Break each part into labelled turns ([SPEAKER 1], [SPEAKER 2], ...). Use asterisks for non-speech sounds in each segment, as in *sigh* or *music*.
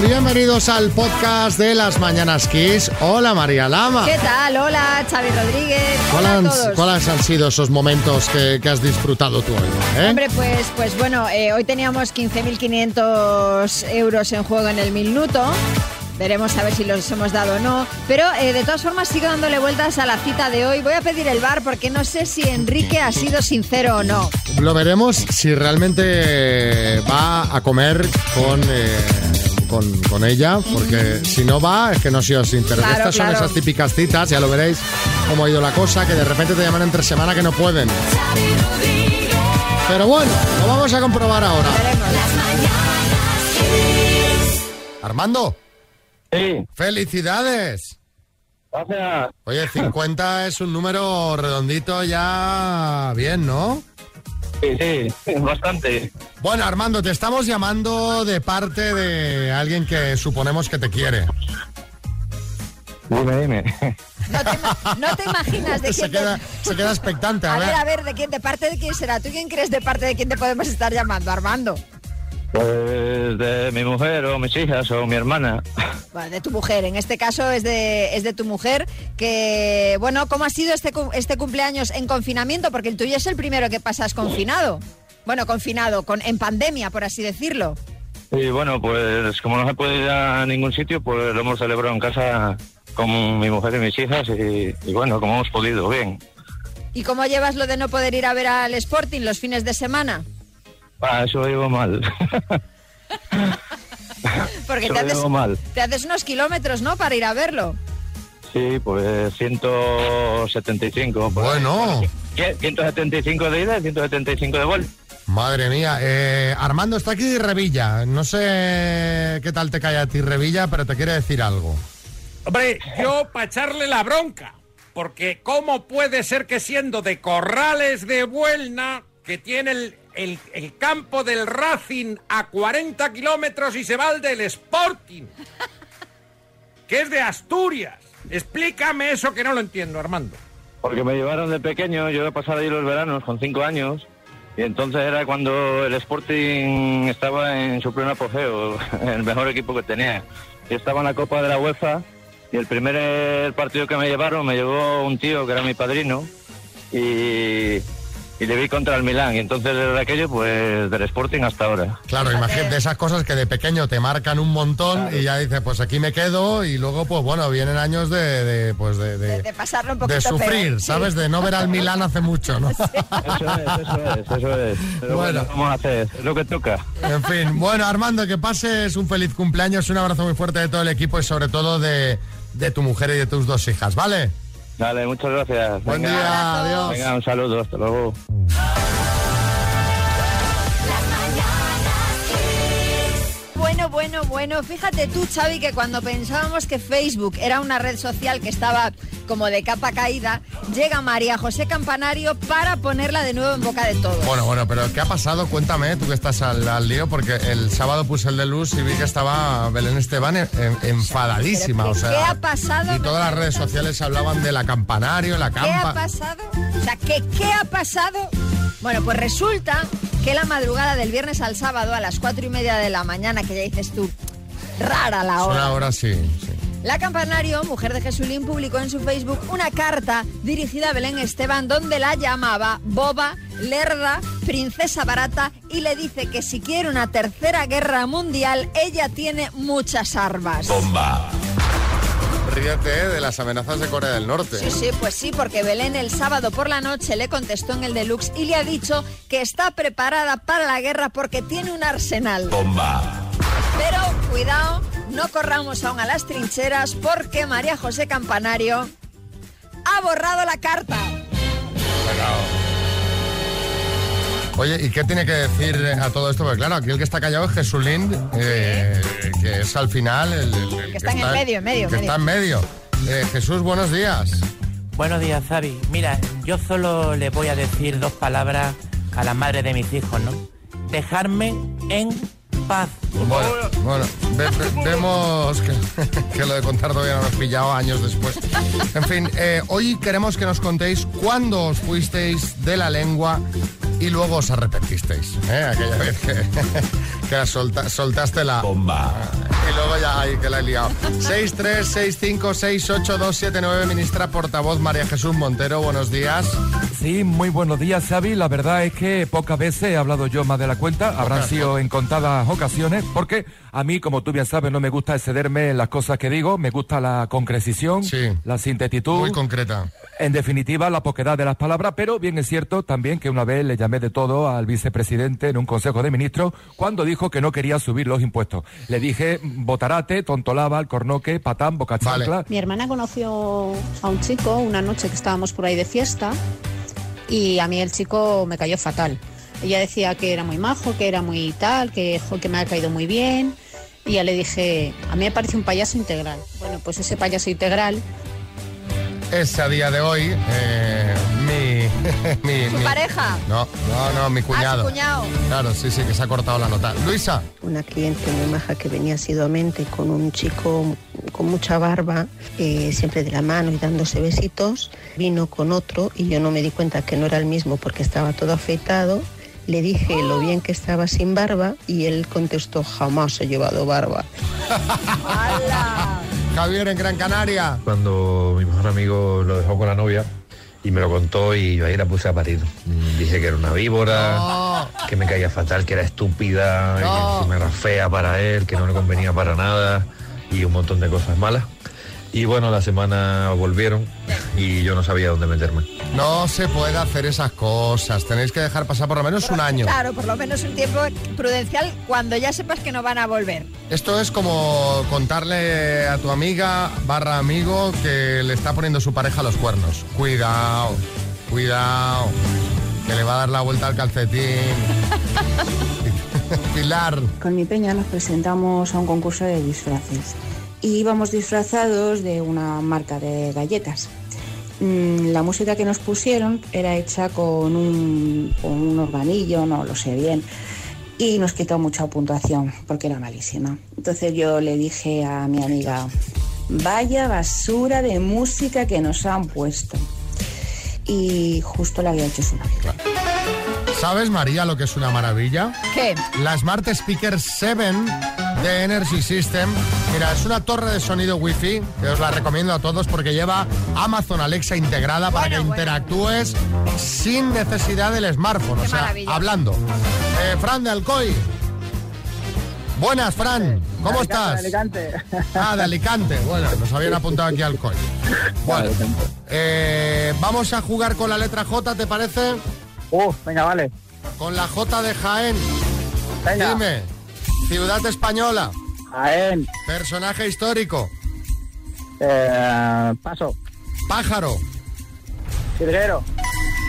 [SPEAKER 1] bienvenidos al podcast de las Mañanas Kiss. Hola María Lama.
[SPEAKER 2] ¿Qué tal? Hola, Xavi Rodríguez.
[SPEAKER 1] ¿Cuáles
[SPEAKER 2] Hola a
[SPEAKER 1] han,
[SPEAKER 2] todos.
[SPEAKER 1] cuáles han sido esos momentos que, que has disfrutado tú hoy? eh?
[SPEAKER 2] Hombre, pues, pues bueno, eh, hoy teníamos 15.500 euros en juego en el minuto. Veremos a ver si los hemos dado o no. Pero eh, de todas formas sigo dándole vueltas a la cita de hoy. Voy a pedir el bar porque no sé si Enrique ha sido sincero o no.
[SPEAKER 1] Lo veremos si realmente va a comer con, eh, con, con ella, porque si no va, es que no ha sido sincero.
[SPEAKER 2] Claro,
[SPEAKER 1] Estas son
[SPEAKER 2] claro.
[SPEAKER 1] esas típicas citas, ya lo veréis cómo ha ido la cosa, que de repente te llaman entre semana que no pueden. Pero bueno, lo vamos a comprobar ahora. Armando. Felicidades.
[SPEAKER 3] Gracias.
[SPEAKER 1] Oye, 50 es un número redondito ya bien, ¿no?
[SPEAKER 3] Sí, sí, *laughs* bastante.
[SPEAKER 1] Bueno, Armando, te estamos llamando de parte de alguien que suponemos que te quiere.
[SPEAKER 3] Dime, dime.
[SPEAKER 2] No te, ima- no te imaginas *laughs* de
[SPEAKER 1] Se
[SPEAKER 2] quién te-
[SPEAKER 1] queda, se queda expectante.
[SPEAKER 2] A
[SPEAKER 1] A
[SPEAKER 2] ver, a
[SPEAKER 1] ver,
[SPEAKER 2] ver, ¿de quién? ¿De parte de quién será? ¿Tú quién crees de parte de quién te podemos estar llamando, Armando?
[SPEAKER 3] *laughs* Pues de mi mujer o mis hijas o mi hermana.
[SPEAKER 2] Bueno, de tu mujer, en este caso es de, es de tu mujer, que, bueno, ¿cómo ha sido este, cum- este cumpleaños en confinamiento? Porque el tuyo es el primero que pasas confinado. Bueno, confinado, con, en pandemia, por así decirlo.
[SPEAKER 3] Y bueno, pues como no se puede ir a ningún sitio, pues lo hemos celebrado en casa con mi mujer y mis hijas y, y bueno, como hemos podido, bien.
[SPEAKER 2] ¿Y cómo llevas lo de no poder ir a ver al Sporting los fines de semana?
[SPEAKER 3] Ah, eso lo llevo mal. *laughs*
[SPEAKER 2] Porque
[SPEAKER 3] Yo
[SPEAKER 2] te
[SPEAKER 3] lo
[SPEAKER 2] haces,
[SPEAKER 3] llevo mal.
[SPEAKER 2] te haces unos kilómetros, ¿no?, para ir a verlo.
[SPEAKER 3] Sí, pues 175. pues.
[SPEAKER 1] bueno,
[SPEAKER 3] ¿Qué? 175 de ida y 175 de vuelta.
[SPEAKER 1] madre mía. eh, Armando está aquí Revilla. No sé qué tal te cae a ti Revilla, pero te quiere decir algo.
[SPEAKER 4] Hombre, yo para echarle la bronca, porque ¿cómo puede ser que siendo de Corrales de Buelna, que tiene el, el- el campo del Racing a 40 kilómetros y se va al del Sporting, que es de Asturias? Explícame eso que no lo entiendo, Armando.
[SPEAKER 3] Porque me llevaron de pequeño, yo he pasado ahí los veranos con cinco años, y entonces era cuando el Sporting estaba en su pleno apogeo, *laughs* el mejor equipo que tenía. Yo estaba en la Copa de la UEFA, y el primer partido que me llevaron me llevó un tío que era mi padrino, y, y le vi contra el Milán, y entonces desde aquello, pues del Sporting hasta ahora.
[SPEAKER 1] Claro, imagínate esas cosas que de pequeño te marcan un montón y ya dices, pues aquí me quedo y luego, pues bueno, vienen años de, de, pues de, de-
[SPEAKER 2] De, de pasarlo un poquito
[SPEAKER 1] de sufrir,
[SPEAKER 2] peor, sí.
[SPEAKER 1] ¿sabes? De no ver al Milán hace mucho,
[SPEAKER 2] *laughs*
[SPEAKER 1] ¿no?
[SPEAKER 3] *laughs* Eso es, eso es, eso es. Pero
[SPEAKER 1] Bueno.
[SPEAKER 3] bueno, vamos a hacer, es lo que toca.
[SPEAKER 1] En fin, bueno, Armando, que pases un feliz cumpleaños, un abrazo muy fuerte de todo el equipo y sobre todo de, de tu mujer y de tus dos hijas, ¿vale?
[SPEAKER 3] Dale, muchas gracias.
[SPEAKER 1] Buen
[SPEAKER 3] Venga.
[SPEAKER 1] día, adiós.
[SPEAKER 3] Venga, un saludo, hasta luego.
[SPEAKER 2] Bueno, bueno, bueno, fíjate tú, Xavi, que cuando pensábamos que Facebook era una red social que estaba como de capa caída, llega María José Campanario para ponerla de nuevo en boca de todos.
[SPEAKER 1] Bueno, bueno, pero ¿qué ha pasado? Cuéntame, tú que estás al, al lío, porque el sábado puse el de luz y vi que estaba Belén Esteban en- en- enfadadísima,
[SPEAKER 2] Pero,
[SPEAKER 1] o sea...
[SPEAKER 2] ¿Qué ha pasado?
[SPEAKER 1] Y todas las redes sociales hablaban de la campanario, la
[SPEAKER 2] ¿Qué ha
[SPEAKER 1] campa...
[SPEAKER 2] pasado? O sea, ¿qué, ¿qué ha pasado? Bueno, pues resulta que la madrugada del viernes al sábado a las cuatro y media de la mañana, que ya dices tú, rara la hora.
[SPEAKER 1] Ahora, ahora sí, sí.
[SPEAKER 2] La Campanario, mujer de Jesulín, publicó en su Facebook una carta dirigida a Belén Esteban donde la llamaba boba, lerda, princesa barata y le dice que si quiere una tercera guerra mundial, ella tiene muchas armas.
[SPEAKER 1] Ríete eh, de las amenazas de Corea del Norte.
[SPEAKER 2] Sí, sí, pues sí, porque Belén el sábado por la noche le contestó en el deluxe y le ha dicho que está preparada para la guerra porque tiene un arsenal. ¡Bomba! Pero cuidado, no corramos aún a las trincheras porque María José Campanario ha borrado la carta.
[SPEAKER 1] Oye, ¿y qué tiene que decir eh, a todo esto? Porque claro, aquí el que está callado es Jesulín, eh, que es al final el, el- el
[SPEAKER 2] está en el medio, en medio,
[SPEAKER 1] el que
[SPEAKER 2] medio.
[SPEAKER 1] está en medio. Eh, Jesús, buenos días.
[SPEAKER 5] Buenos días, Xavi. Mira, yo solo le voy a decir dos palabras a la madre de mis hijos, ¿no? Dejarme en paz.
[SPEAKER 1] Bueno, bueno, ve- ve- vemos que, que *laughs* lo de contar todavía no lo has pillado años después. En fin, eh, hoy queremos que nos contéis cuándo os fuisteis de la lengua y luego *laughs* os arrepentisteis. ¿eh? Aquella vez que, que solta- soltaste la... Bomba. y luego ya, ay, que la he liado. 636568279, ministra portavoz María Jesús Montero, buenos días.
[SPEAKER 6] Sí, muy buenos días, Xavi. La verdad es que pocas veces he hablado yo más de la cuenta. Habrán sido en contadas ocasiones, porque a mí, como tú bien sabes, no me gusta excederme en las cosas que digo. Me gusta la concreción, la sintetitud.
[SPEAKER 1] Muy concreta.
[SPEAKER 6] En definitiva, la poquedad de las palabras, pero bien es cierto también que una vez le llamé de todo al vicepresidente en un consejo de ministros cuando dijo que no quería subir los impuestos. Le dije botarate, tontolaba, alcornoque, patán, bocachancla.
[SPEAKER 7] Mi hermana conoció a un chico una noche que estábamos por ahí de fiesta y a mí el chico me cayó fatal. Ella decía que era muy majo, que era muy tal, que, jo, que me ha caído muy bien. Y ya le dije, a mí me parece un payaso integral. Bueno, pues ese payaso integral
[SPEAKER 1] Es a día de hoy eh, mi, *laughs* mi-
[SPEAKER 2] ¿Su
[SPEAKER 1] mi-
[SPEAKER 2] pareja?
[SPEAKER 1] No, no, no, mi
[SPEAKER 2] A Ah, su
[SPEAKER 1] cuñado.
[SPEAKER 2] cuñado.
[SPEAKER 1] Claro, sí, sí, que se ha cortado la nota. Luisa.
[SPEAKER 8] Una cliente muy maja que venía asiduamente con un chico con mucha barba, eh, siempre de la mano y dándose besitos. Vino con otro y yo no me di cuenta que no era el mismo porque estaba todo afeitado. Le dije lo bien que estaba sin barba y él contestó, jamás he llevado barba.
[SPEAKER 1] Javier en Gran Canaria.
[SPEAKER 9] Cuando mi mejor amigo lo dejó con la novia y me lo contó y yo ahí la puse a parir. Mm, Dije que era una víbora, que me caía fatal, que era estúpida,
[SPEAKER 1] No.
[SPEAKER 9] que encima era fea para él, que no le convenía para nada y un montón de cosas malas. Y bueno, la semana volvieron y yo no sabía dónde meterme.
[SPEAKER 1] No se puede hacer esas cosas. Tenéis que dejar pasar por lo menos un año.
[SPEAKER 2] Claro, por lo menos un tiempo prudencial cuando ya sepas que no van a volver.
[SPEAKER 1] Esto es como contarle a tu amiga barra amigo que le está poniendo su pareja los cuernos. Cuidado, cuidado, que le va a dar la vuelta al calcetín. Pilar.
[SPEAKER 10] Con mi peña nos presentamos a un concurso de disfraces y íbamos disfrazados de una marca de galletas. Mm, La música que nos pusieron era hecha con un, con un organillo, no lo sé bien, y nos quitó mucha puntuación porque era malísima. Entonces yo le dije a mi amiga, vaya basura de música que nos han puesto. Y justo la había hecho su novio.
[SPEAKER 1] ¿Sabes, María, lo que es una maravilla?
[SPEAKER 2] ¿Qué?
[SPEAKER 1] La Smart Speaker 7 de Energy System. Mira, es una torre de sonido wifi que os la recomiendo a todos porque lleva Amazon Alexa integrada para que interactúes sin necesidad del smartphone, o sea,
[SPEAKER 11] maravilla.
[SPEAKER 1] hablando. Eh, Fran de Alcoy. Buenas, Fran. ¿Cómo estás? Ah, de Alicante. Bueno, nos habían apuntado aquí al coche. Bueno, eh, vamos a jugar con la letra J, ¿te parece? Uh, venga, vale. Con la J de Jaén. Dime, ciudad española. Jaén. Personaje histórico. Eh, paso. Pájaro. Silguero.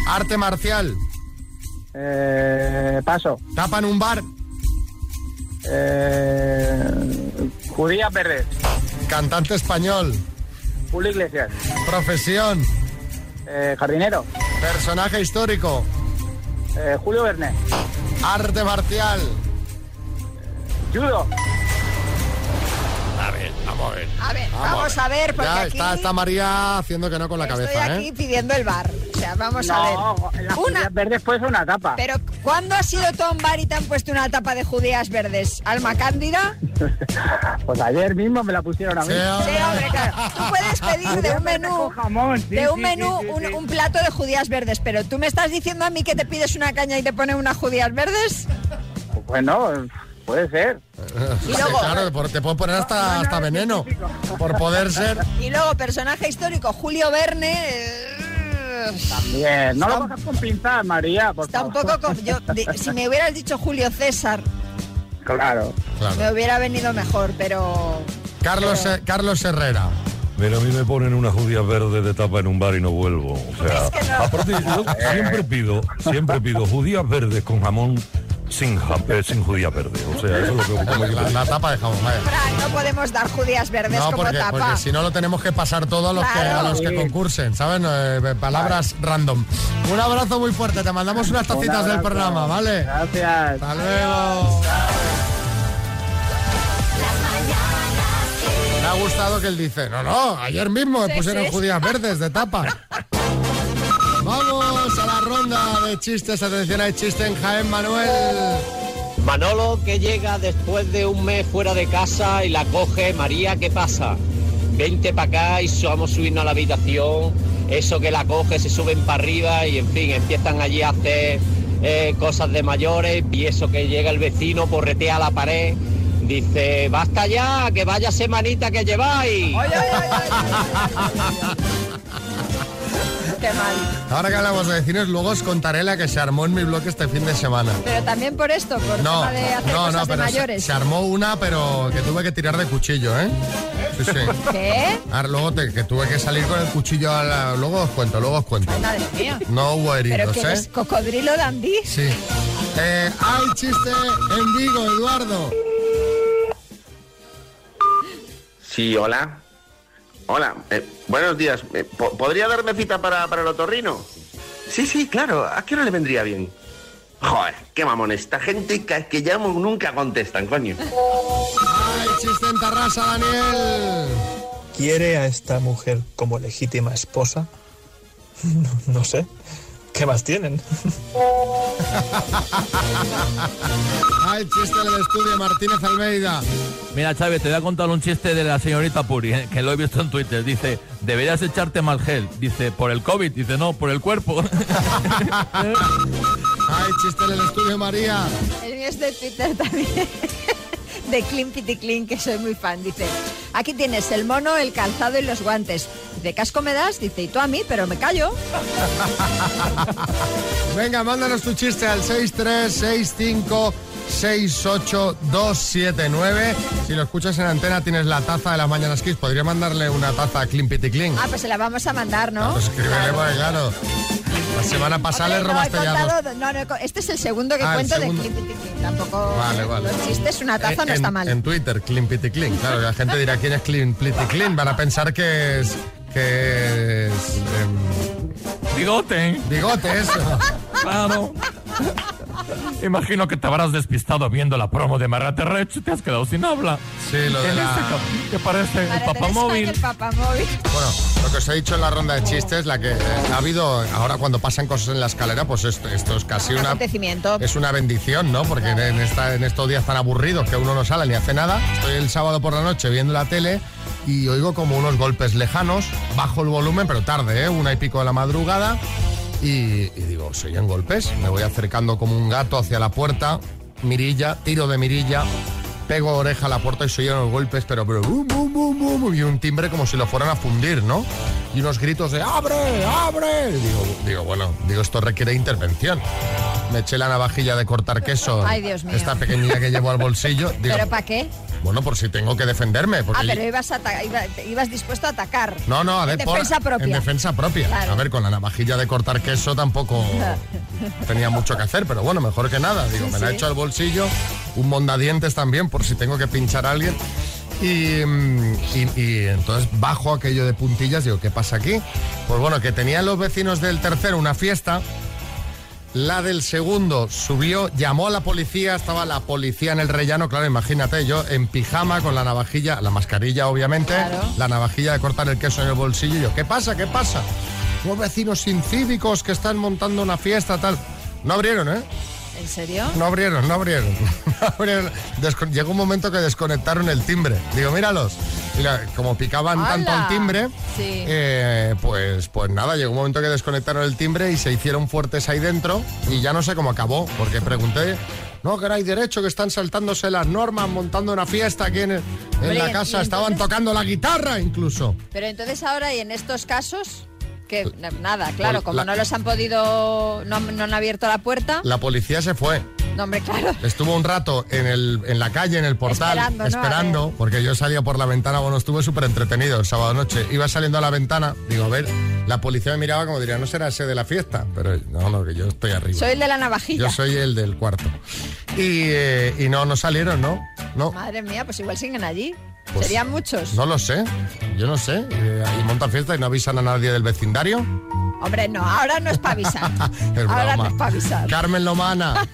[SPEAKER 1] Arte marcial. Eh, paso. Tapan un bar. Eh, Judía Pérez. Cantante español. Julio Iglesias. Profesión. jardinero. Personaje histórico. Julio Verne. Arte marcial. Judo.
[SPEAKER 4] A ver, vamos a ver.
[SPEAKER 2] A ver, vamos a ver, porque
[SPEAKER 1] Ya
[SPEAKER 2] aquí
[SPEAKER 1] está, está María haciendo que no con la
[SPEAKER 2] estoy
[SPEAKER 1] cabeza,
[SPEAKER 2] aquí
[SPEAKER 1] ¿eh?
[SPEAKER 2] pidiendo el bar. O sea, vamos
[SPEAKER 1] No,
[SPEAKER 2] a ver. Una...
[SPEAKER 1] Verde fue una tapa.
[SPEAKER 2] Pero, ¿cuándo ha sido tú a un bar y te han puesto una tapa de judías verdes? ¿Alma cándida?
[SPEAKER 12] Pues ayer mismo me la pusieron a mí.
[SPEAKER 2] Sí, hombre, claro. Tú puedes pedir de un menú,
[SPEAKER 12] sí,
[SPEAKER 2] de un
[SPEAKER 12] sí,
[SPEAKER 2] menú
[SPEAKER 12] sí, sí,
[SPEAKER 2] un,
[SPEAKER 12] sí.
[SPEAKER 2] un plato de judías verdes, pero tú me estás diciendo a mí que te pides una caña y te ponen unas judías verdes.
[SPEAKER 1] Bueno, puede ser.
[SPEAKER 2] Y luego-
[SPEAKER 1] claro, por- te puedo poner hasta, hasta veneno. Por poder ser.
[SPEAKER 2] Y luego, personaje histórico, Julio Verne. eh,
[SPEAKER 12] Bien, no lo
[SPEAKER 2] está-
[SPEAKER 12] cojas con pinzas, María, por
[SPEAKER 2] está un poco como yo. de- si me hubieras dicho Julio César,
[SPEAKER 12] Claro.
[SPEAKER 2] me hubiera venido mejor, pero.
[SPEAKER 1] Carlos, eh, Carlos Herrera.
[SPEAKER 13] Pero a mí me ponen unas judías verdes de tapa en un bar y no vuelvo. O sea, aparte, yo siempre pido, siempre pido judías verdes con jamón sin, ja- eh, sin judías verdes. O sea, eso es lo que
[SPEAKER 1] La- la tapa de jamón, vaya.
[SPEAKER 2] Fran, no podemos dar judías verdes
[SPEAKER 1] No,
[SPEAKER 2] como
[SPEAKER 1] porque,
[SPEAKER 2] tapa.
[SPEAKER 1] porque si no lo tenemos que pasar todo a los, que,
[SPEAKER 2] Claro.
[SPEAKER 1] a los que
[SPEAKER 2] Sí.
[SPEAKER 1] concursen, ¿saben? Eh, palabras random. Un abrazo muy fuerte, te mandamos unas tacitas del programa, ¿vale? Gracias. Hasta luego. Me ha gustado que él dice, no, no, ayer mismo me
[SPEAKER 11] Sí,
[SPEAKER 1] pusieron
[SPEAKER 11] sí.
[SPEAKER 1] judías verdes de tapa. Vamos a la ronda de chistes, atención al chiste en Jaén Manuel.
[SPEAKER 11] Manolo que llega después de un mes fuera de casa y la coge. María, ¿qué pasa? Vente para acá y vamos a subirnos a la habitación. Eso que la coge, se suben para arriba y en fin, empiezan allí a hacer eh, cosas de mayores. Y eso que llega el vecino, porretea la pared. Dice, basta ya, que vaya semanita que lleváis.
[SPEAKER 2] Qué mal.
[SPEAKER 1] Ahora que hablamos de vecinos, luego os contaré la que se armó en mi blog este fin de semana.
[SPEAKER 2] Pero también por esto, por
[SPEAKER 1] No,
[SPEAKER 2] tema de hacer
[SPEAKER 1] no,
[SPEAKER 2] cosas
[SPEAKER 1] no,
[SPEAKER 2] de
[SPEAKER 1] pero se,
[SPEAKER 2] mayores.
[SPEAKER 1] se armó una, pero que tuve que tirar de cuchillo, ¿eh? Sí, sí.
[SPEAKER 2] ¿Qué?
[SPEAKER 1] Ahora, luego te- que tuve que salir con el cuchillo a la- Luego os cuento, luego os cuento.
[SPEAKER 2] Madre mía.
[SPEAKER 1] No hubo
[SPEAKER 2] Pero
[SPEAKER 1] heridos,
[SPEAKER 2] que es
[SPEAKER 1] ¿eh?
[SPEAKER 2] cocodrilo dandí.
[SPEAKER 1] Sí. Eh, hay chiste en Vigo, Eduardo.
[SPEAKER 14] Sí, hola. Hola, eh, buenos días. Eh, po- ¿Podría darme cita para, para el otorrino? Sí, sí, claro. ¿A qué hora le vendría bien? Joder, qué mamón. Esta gente que, que llamo nunca contestan, coño.
[SPEAKER 1] Hay chiste en Tarrasa, Daniel.
[SPEAKER 15] ¿Quiere a esta mujer como legítima esposa? *laughs* No, no sé. ¿Qué más tienen?
[SPEAKER 1] Hay chiste en el estudio, Martínez Almeida.
[SPEAKER 16] Mira, Chávez, te voy a contar un chiste de la señorita Puri, eh, que lo he visto en Twitter. Dice, deberías echarte mal gel. Dice, por el COVID. Dice, no, por el cuerpo. *laughs*
[SPEAKER 1] Hay chiste en el estudio, María.
[SPEAKER 2] El mío es de este Twitter también. *laughs* De Clean Pity Clean, que soy muy fan, dice. Aquí tienes el mono, el calzado y los guantes. De casco me das, dice, y tú a mí, pero me callo.
[SPEAKER 1] Venga, mándanos tu chiste al 636568279. Si lo escuchas en antena, tienes la taza de las mañanas Kiss. Podría mandarle una taza a Clean Pity Clean.
[SPEAKER 2] Ah, pues se la vamos a mandar, ¿no?
[SPEAKER 1] Pues Escríbele,
[SPEAKER 2] Claro.
[SPEAKER 1] porque, claro. La semana pasada le
[SPEAKER 2] No, he
[SPEAKER 1] robaste ya dos.
[SPEAKER 2] contado- no, no, he co- este es el segundo que
[SPEAKER 1] Ah, el
[SPEAKER 2] cuento
[SPEAKER 1] segundo.
[SPEAKER 2] de Clean Pity Clean. Tampoco
[SPEAKER 1] Vale, vale.
[SPEAKER 2] los chistes, una taza
[SPEAKER 1] En-
[SPEAKER 2] no
[SPEAKER 1] Eh,
[SPEAKER 2] está
[SPEAKER 1] en-
[SPEAKER 2] mal.
[SPEAKER 1] En Twitter, Clean Pity Clean. Claro, la gente dirá quién es Clean Pity Clean. Van a pensar que es. que es. em,
[SPEAKER 16] bigote. ¿eh?
[SPEAKER 1] Bigote,
[SPEAKER 2] *laughs*
[SPEAKER 1] eso.
[SPEAKER 16] Claro. Imagino que te habrás despistado viendo la promo de Maraterrech y te has quedado sin habla.
[SPEAKER 1] Sí, lo de
[SPEAKER 16] En
[SPEAKER 1] la-
[SPEAKER 16] este cap- Que parece el
[SPEAKER 2] Para
[SPEAKER 16] papamóvil.
[SPEAKER 2] El papamóvil.
[SPEAKER 1] Bueno, lo que os he dicho en la ronda de chistes, la que eh, ha habido. Ahora, cuando pasan cosas en la escalera, pues esto, esto es casi
[SPEAKER 2] Un
[SPEAKER 1] una.
[SPEAKER 2] acontecimiento.
[SPEAKER 1] Es una bendición, ¿no? Porque en, en esta- en estos días tan aburridos que uno no sale ni hace nada. Estoy el sábado por la noche viendo la tele y oigo como unos golpes lejanos. Bajo el volumen, pero tarde, ¿eh? Una y pico de la madrugada. Y, y digo, se oyen golpes. Me voy acercando como un gato hacia la puerta. Mirilla, tiro de mirilla. Pego oreja a la puerta y se oyen los golpes, pero... pero bum, bum, bum, bum, y un timbre como si lo fueran a fundir, ¿no? Y unos gritos de ¡Abre! ¡Abre! Y digo, digo, bueno, digo, esto requiere intervención. Me eché la navajilla de cortar queso.
[SPEAKER 2] Ay, Dios mío.
[SPEAKER 1] Esta pequeñita que llevo al
[SPEAKER 2] *laughs*
[SPEAKER 1] bolsillo. Digo,
[SPEAKER 2] ¿Pero para qué?
[SPEAKER 1] bueno, por si tengo que defenderme. Porque
[SPEAKER 2] Ah, pero ibas, a ata- iba- te- ibas dispuesto a atacar.
[SPEAKER 1] pues No, no, a
[SPEAKER 2] En
[SPEAKER 1] ver, por-
[SPEAKER 2] defensa propia.
[SPEAKER 1] En defensa propia.
[SPEAKER 2] Claro.
[SPEAKER 1] A ver, con la navajilla de cortar queso
[SPEAKER 2] *laughs*
[SPEAKER 1] tampoco tenía mucho que hacer, pero bueno, mejor que nada. Digo,
[SPEAKER 17] Sí,
[SPEAKER 1] me la
[SPEAKER 17] sí.
[SPEAKER 1] he hecho al bolsillo, un mondadientes también, por si tengo que pinchar a alguien. Y, mm, y- y entonces bajo aquello de puntillas, digo, ¿qué pasa aquí? Pues bueno, que tenían los vecinos del tercero una fiesta. La del segundo subió, llamó a la policía, estaba la policía en el rellano, claro, imagínate, yo en pijama con la navajilla, la mascarilla obviamente, la navajilla de cortar el queso en el bolsillo, y yo, ¿qué pasa? ¿Qué pasa? Los vecinos incívicos que están montando una fiesta, tal. No abrieron, ¿eh?
[SPEAKER 2] ¿En serio?
[SPEAKER 1] No abrieron, no abrieron. *laughs* No abrieron. Descon- Llegó un momento que desconectaron el timbre. Digo, míralos. Y la- como picaban tanto
[SPEAKER 2] ¡Hala!
[SPEAKER 1] al timbre,
[SPEAKER 2] Sí.
[SPEAKER 1] eh, pues, pues nada, llegó un momento que desconectaron el timbre y se hicieron fuertes ahí dentro y ya no sé cómo acabó, porque pregunté, no, que no hay derecho, que están saltándose las normas, montando una fiesta aquí en, en
[SPEAKER 2] Hombre,
[SPEAKER 1] la
[SPEAKER 2] ¿y
[SPEAKER 1] casa, estaban tocando la guitarra incluso.
[SPEAKER 2] Pero entonces ahora y en estos casos, que na- nada, claro, como
[SPEAKER 1] Pues la-
[SPEAKER 2] no los han podido, no, han- no han abierto la puerta,
[SPEAKER 1] La policía se fue.
[SPEAKER 2] no
[SPEAKER 1] *laughs*
[SPEAKER 2] hombre, claro.
[SPEAKER 1] Estuvo un rato en, el, en la calle, en el portal,
[SPEAKER 2] Esperando, ¿no?
[SPEAKER 1] esperando,
[SPEAKER 2] A ver.
[SPEAKER 1] porque yo salía por la ventana, bueno, estuve súper entretenido el sábado noche. Iba saliendo a la ventana, digo, a ver, la policía me miraba como diría, no será ese de la fiesta, pero no, no, que yo estoy arriba.
[SPEAKER 2] Soy el de la navajilla.
[SPEAKER 1] Yo soy el del cuarto. Y, eh, y no, no salieron, ¿no? No,
[SPEAKER 2] Madre mía, pues igual siguen allí.
[SPEAKER 1] Pues-
[SPEAKER 2] Serían muchos.
[SPEAKER 1] no lo sé. Yo no sé. Eh, ahí montan fiesta y no avisan a nadie del vecindario.
[SPEAKER 2] Hombre, no, ahora no es para avisar.
[SPEAKER 1] *laughs* Es
[SPEAKER 2] ahora no
[SPEAKER 1] broma.
[SPEAKER 2] es para avisar.
[SPEAKER 1] Carmen
[SPEAKER 2] *laughs*
[SPEAKER 1] Lomana.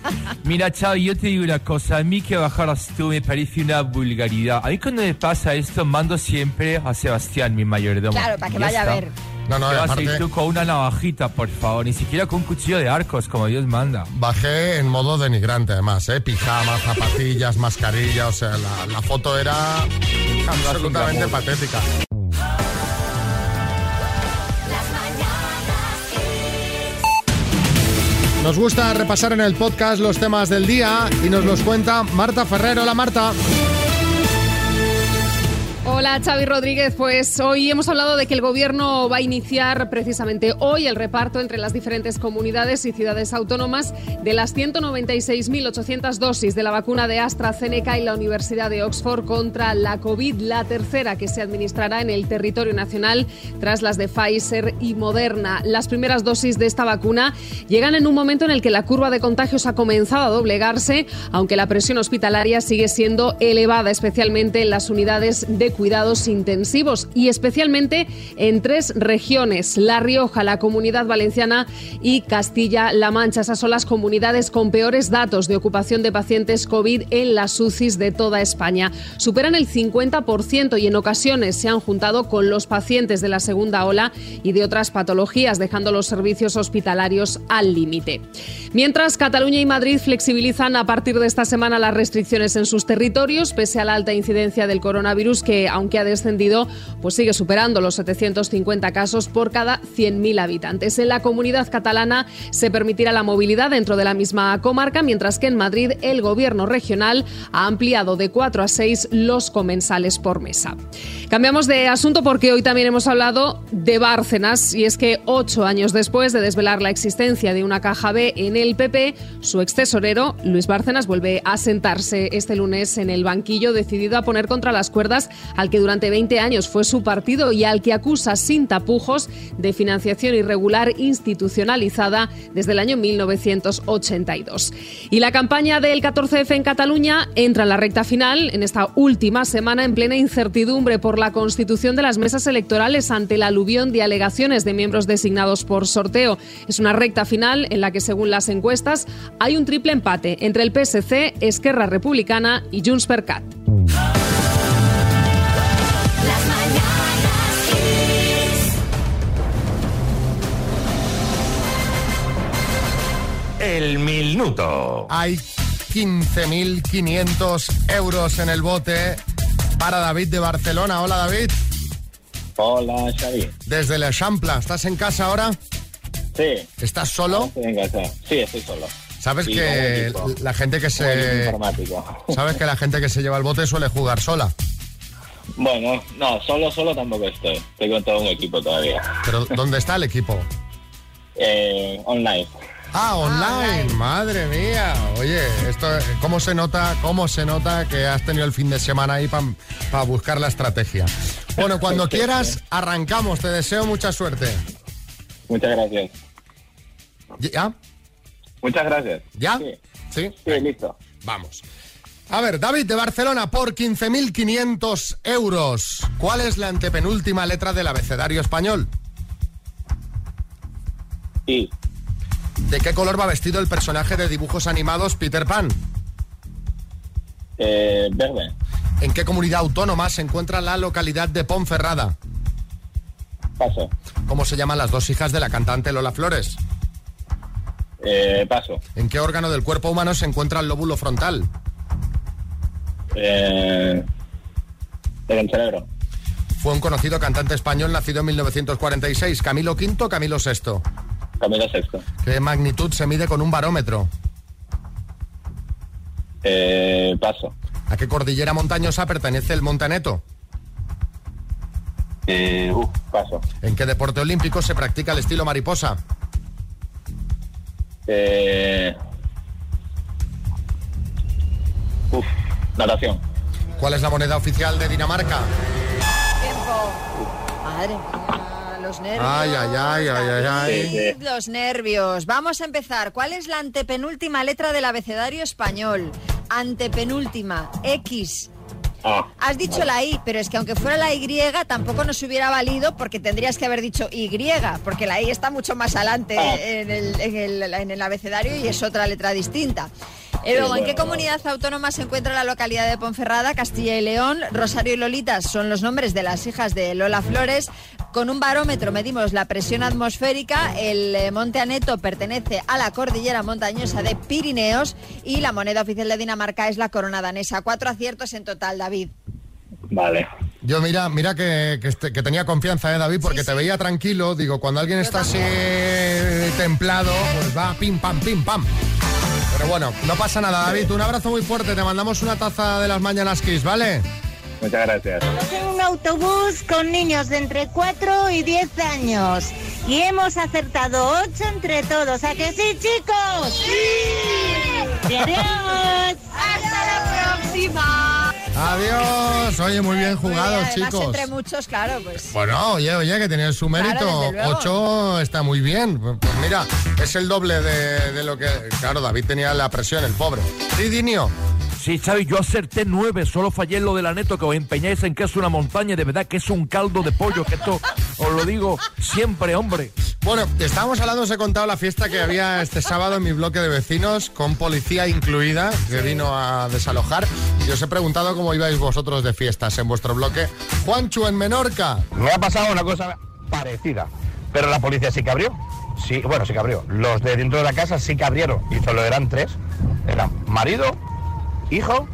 [SPEAKER 16] Mira, chao, yo te digo una cosa. A mí que bajaras tú me parece una vulgaridad. A mí cuando me pasa esto, mando siempre a Sebastián, mi mayordomo.
[SPEAKER 2] Claro, para que
[SPEAKER 16] Ya
[SPEAKER 2] vaya a
[SPEAKER 16] está.
[SPEAKER 2] ver.
[SPEAKER 1] No, no,
[SPEAKER 16] ¿Qué
[SPEAKER 1] y
[SPEAKER 16] vas a ir
[SPEAKER 1] aparte-
[SPEAKER 16] tú con una navajita, por favor? Ni siquiera con un cuchillo de arcos, como Dios manda.
[SPEAKER 1] Bajé en modo denigrante además, ¿eh? Pijama, zapatillas, mascarilla, o sea, la, la foto era absolutamente patética. Nos gusta repasar en el podcast los temas del día y nos los cuenta Marta Ferrer. Hola Marta.
[SPEAKER 17] Hola Xavi Rodríguez, pues hoy hemos hablado de que el gobierno va a iniciar precisamente hoy el reparto entre las diferentes comunidades y ciudades autónomas de las 196.800 dosis de la vacuna de AstraZeneca y la Universidad de Oxford contra la COVID, la tercera que se administrará en el territorio nacional tras las de Pfizer y Moderna. Las primeras dosis de esta vacuna llegan en un momento en el que la curva de contagios ha comenzado a doblegarse, aunque la presión hospitalaria sigue siendo elevada, especialmente en las unidades de cuidados intensivos y especialmente en tres regiones, La Rioja, la Comunidad Valenciana y Castilla-La Mancha. Esas son las comunidades con peores datos de ocupación de pacientes COVID en las UCIs de toda España. Superan el 50% y en ocasiones se han juntado con los pacientes de la segunda ola y de otras patologías, dejando los servicios hospitalarios al límite. Mientras, Cataluña y Madrid flexibilizan a partir de esta semana las restricciones en sus territorios, pese a la alta incidencia del coronavirus que, aunque ha descendido, pues sigue superando los 750 casos por cada 100.000 habitantes. En la comunidad catalana se permitirá la movilidad dentro de la misma comarca, mientras que en Madrid el gobierno regional ha ampliado de 4 a 6 los comensales por mesa. Cambiamos de asunto porque hoy también hemos hablado de Bárcenas y es que ocho años después de desvelar la existencia de una caja B en el PP, su ex tesorero, Luis Bárcenas, vuelve a sentarse este lunes en el banquillo decidido a poner contra las cuerdas al que durante 20 años fue su partido y al que acusa sin tapujos de financiación irregular institucionalizada desde el año 1982. Y la campaña del 14F en Cataluña entra en la recta final, en esta última semana en plena incertidumbre por la constitución de las mesas electorales ante la aluvión de alegaciones de miembros designados por sorteo. Es una recta final en la que, según las encuestas, hay un triple empate entre el PSC, Esquerra Republicana y Junts per Cat.
[SPEAKER 1] El minuto. Hay 15.500 euros en el bote para David de Barcelona. Hola David.
[SPEAKER 12] Hola, Xavi.
[SPEAKER 1] Desde La Champla. ¿Estás en casa ahora?
[SPEAKER 12] Sí.
[SPEAKER 1] ¿Estás solo?
[SPEAKER 12] Estoy en casa. Sí, estoy solo.
[SPEAKER 1] Sabes
[SPEAKER 12] Sí,
[SPEAKER 1] que
[SPEAKER 12] como un tipo.
[SPEAKER 1] la gente que
[SPEAKER 12] Como un
[SPEAKER 1] se
[SPEAKER 12] informático. *laughs*
[SPEAKER 1] sabes que la gente que se lleva el bote suele jugar sola.
[SPEAKER 12] Bueno, no, solo, solo tampoco estoy. Estoy con todo un equipo todavía.
[SPEAKER 1] Pero ¿dónde está el equipo?
[SPEAKER 12] Eh, online.
[SPEAKER 1] Ah, online. Madre mía. Oye, esto cómo se nota, cómo se nota que has tenido el fin de semana ahí para buscar la estrategia. *laughs* Bueno, cuando quieras arrancamos. Te deseo mucha suerte.
[SPEAKER 12] Muchas gracias.
[SPEAKER 1] ¿Ya?
[SPEAKER 12] Muchas gracias.
[SPEAKER 1] ¿Ya? Sí.
[SPEAKER 12] Sí, listo.
[SPEAKER 1] Vamos. A ver, David de Barcelona, por 15.500 euros. ¿Cuál es la antepenúltima letra del abecedario español?
[SPEAKER 12] I.
[SPEAKER 1] ¿De qué color va vestido el personaje de dibujos animados Peter Pan?
[SPEAKER 12] Eh, verde.
[SPEAKER 1] ¿En qué comunidad autónoma se encuentra la localidad de Ponferrada?
[SPEAKER 12] Paso.
[SPEAKER 1] ¿Cómo se llaman las dos hijas de la cantante Lola Flores?
[SPEAKER 12] Eh, paso.
[SPEAKER 1] ¿En qué órgano del cuerpo humano se encuentra el lóbulo frontal?
[SPEAKER 12] Eh, en el cerebro.
[SPEAKER 1] Fue un conocido cantante español nacido en 1946, Camilo V, o Camilo VI.
[SPEAKER 12] Camilo sexto.
[SPEAKER 1] ¿Qué magnitud se mide con un barómetro?
[SPEAKER 12] Eh, paso.
[SPEAKER 1] ¿A qué cordillera montañosa pertenece el Montaneto?
[SPEAKER 12] Eh, uh, paso.
[SPEAKER 1] ¿En qué deporte olímpico se practica el estilo mariposa?
[SPEAKER 12] Eh, uf, natación.
[SPEAKER 1] ¿Cuál es la moneda oficial de Dinamarca?
[SPEAKER 2] Madre mía, los nervios.
[SPEAKER 1] Ay, ay, ay, ay, ay, ay.
[SPEAKER 2] Los nervios. Vamos a empezar. ¿Cuál es la antepenúltima letra del abecedario español? Antepenúltima, X.
[SPEAKER 12] Ah,
[SPEAKER 2] Has dicho la I, pero es que aunque fuera la Y, tampoco nos hubiera valido porque tendrías que haber dicho Y, porque la I está mucho más adelante en el, en el- en el abecedario y es otra letra distinta. Y luego, ¿en qué comunidad autónoma se encuentra la localidad de Ponferrada, Castilla y León? Rosario y Lolita son los nombres de las hijas de Lola Flores. Con un barómetro medimos la presión atmosférica. El eh, monte Aneto pertenece a la cordillera montañosa de Pirineos y la moneda oficial de Dinamarca es la corona danesa. Cuatro aciertos en total, David.
[SPEAKER 1] Vale. Yo mira, mira que, que este- que tenía confianza, ¿eh, David? Porque te veía tranquilo. Digo, cuando alguien está así eh, templado, pues va pim, pam, pim, pam. Pero bueno, no pasa nada, David. Un abrazo muy fuerte. Te mandamos una taza de las mañanas Kiss, ¿vale?
[SPEAKER 12] Muchas gracias.
[SPEAKER 18] en un autobús con niños de entre 4 y 10 años. Y hemos acertado 8 entre todos. ¿A que sí, chicos? ¡Sí! ¡Adiós! ¡Hasta la próxima!
[SPEAKER 1] Adiós. Oye, muy bien jugado,
[SPEAKER 2] Además,
[SPEAKER 1] chicos.
[SPEAKER 2] entre muchos, claro, pues.
[SPEAKER 1] Bueno, oye, oye, que tiene su
[SPEAKER 2] Claro,
[SPEAKER 1] mérito.
[SPEAKER 2] desde luego.
[SPEAKER 1] Ocho está muy bien. Pues pues mira, es el doble de, de lo que... Claro, David tenía la presión, el pobre. Sí, Dinio.
[SPEAKER 6] Sí, Xavi, yo acerté nueve, solo fallé en lo de la neto, que os empeñáis en que es una montaña, de verdad que es un caldo de pollo, que esto os lo digo siempre, hombre.
[SPEAKER 1] Bueno, estábamos hablando, os he contado la fiesta que había este sábado en mi bloque de vecinos, con policía incluida, que vino a desalojar. Y os he preguntado cómo ibais vosotros de fiestas en vuestro bloque. Juanchu en Menorca.
[SPEAKER 9] Me ha pasado una cosa parecida, pero la policía sí que abrió. Sí, bueno, sí que abrió. Los de dentro de la casa sí que abrieron y solo eran tres. Eran marido, hijo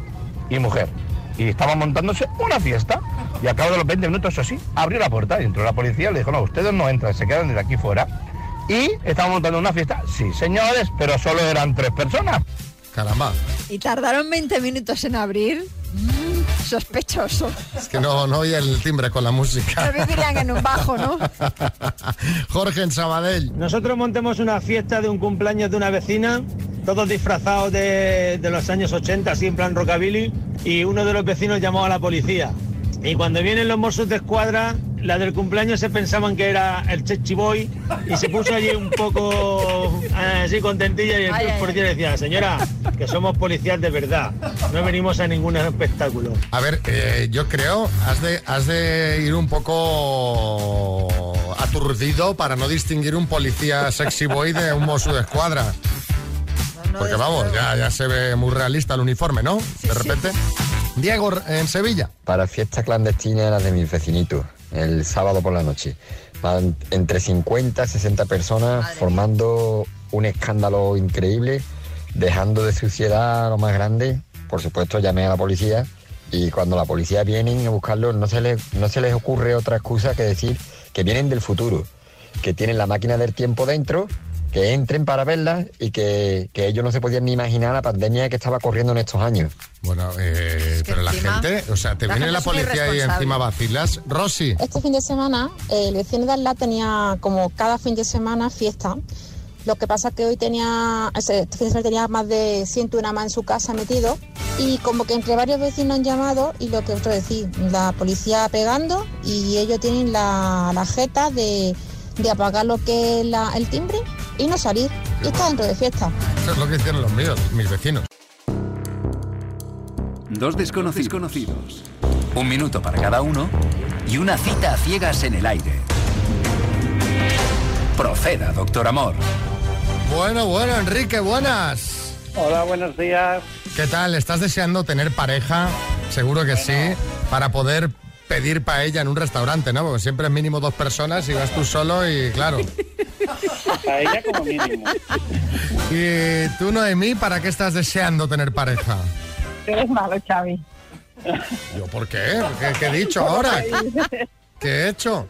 [SPEAKER 9] y mujer. Y estaban montándose una fiesta. Y al cabo de los 20 minutos, eso sí, abrió la puerta. Y entró la policía y le dijo, no, ustedes no entran, se quedan desde aquí fuera. Y estaban montando una fiesta. Sí, señores, pero solo eran tres personas.
[SPEAKER 1] Caramba.
[SPEAKER 2] Y tardaron 20 minutos en abrir. Mm, sospechoso.
[SPEAKER 1] Es que no, no oía el timbre con la música.
[SPEAKER 2] Pero vivirían en un bajo, ¿no?
[SPEAKER 1] *laughs* Jorge en Sabadell.
[SPEAKER 19] Nosotros montemos una fiesta de un cumpleaños de una vecina, todos disfrazados de, de los años 80, así en plan rockabilly, y uno de los vecinos llamó a la policía. Y cuando vienen los mozos de escuadra, la del cumpleaños se pensaban que era el Chechi Boy y se puso allí un poco eh, así contentilla y
[SPEAKER 2] Ay,
[SPEAKER 19] el
[SPEAKER 2] ay,
[SPEAKER 19] policía le decía, señora, que somos policías de verdad, no venimos a ningún espectáculo.
[SPEAKER 1] A ver, eh, yo creo, has de, has de ir un poco aturdido para no distinguir un policía sexy boy de un mozo de
[SPEAKER 20] *laughs*
[SPEAKER 1] escuadra. Porque vamos, ya, ya se ve muy realista el uniforme, ¿no? de repente. Diego, en Sevilla.
[SPEAKER 20] Para fiestas clandestinas las de mis vecinitos, el sábado por la noche. Van entre 50 y 60 personas formando un escándalo increíble, dejando de suciedad lo más grande. Por supuesto, llamé a la policía y cuando la policía vienen a buscarlos no se les, no se les ocurre otra excusa que decir que vienen del futuro, que tienen la máquina del tiempo dentro, que entren para verla y que, que ellos no se podían ni imaginar la pandemia que estaba corriendo en estos años.
[SPEAKER 1] Bueno, eh, pero la
[SPEAKER 20] encima-
[SPEAKER 1] gente, o sea, te
[SPEAKER 20] la
[SPEAKER 1] viene
[SPEAKER 20] gente
[SPEAKER 1] la
[SPEAKER 20] es muy
[SPEAKER 1] policía y
[SPEAKER 20] irresponsable.
[SPEAKER 1] encima vacilas. Rosy.
[SPEAKER 21] Este fin de semana, eh, el vecino de al lado tenía como cada fin de semana fiesta. Lo que pasa que hoy tenía, ese- este fin de semana tenía más de 101 más en su casa metido y como que entre varios vecinos han llamado y lo que otro decir, la policía pegando y ellos tienen la, la jeta de, de apagar lo que es la- el timbre y no salir. Y está dentro de fiesta.
[SPEAKER 1] Eso es lo que hicieron los míos, mis vecinos.
[SPEAKER 22] Dos desconocidos conocidos. Un minuto para cada uno y una cita a ciegas en el aire. Proceda, doctor Amor.
[SPEAKER 1] Bueno, bueno, Enrique, buenas.
[SPEAKER 23] Hola, buenos días.
[SPEAKER 1] ¿Qué tal? ¿Estás deseando tener pareja? Seguro que sí, para poder pedir paella en un restaurante, ¿no? Porque siempre es mínimo dos personas y vas tú solo y claro.
[SPEAKER 23] Paella como mínimo.
[SPEAKER 1] *laughs* ¿Y tú, Noemí, para qué estás deseando tener pareja?
[SPEAKER 23] Eres malo, Xavi.
[SPEAKER 1] Yo, ¿por qué? ¿Qué, qué he dicho
[SPEAKER 23] *laughs*
[SPEAKER 1] ahora? ¿Qué he hecho?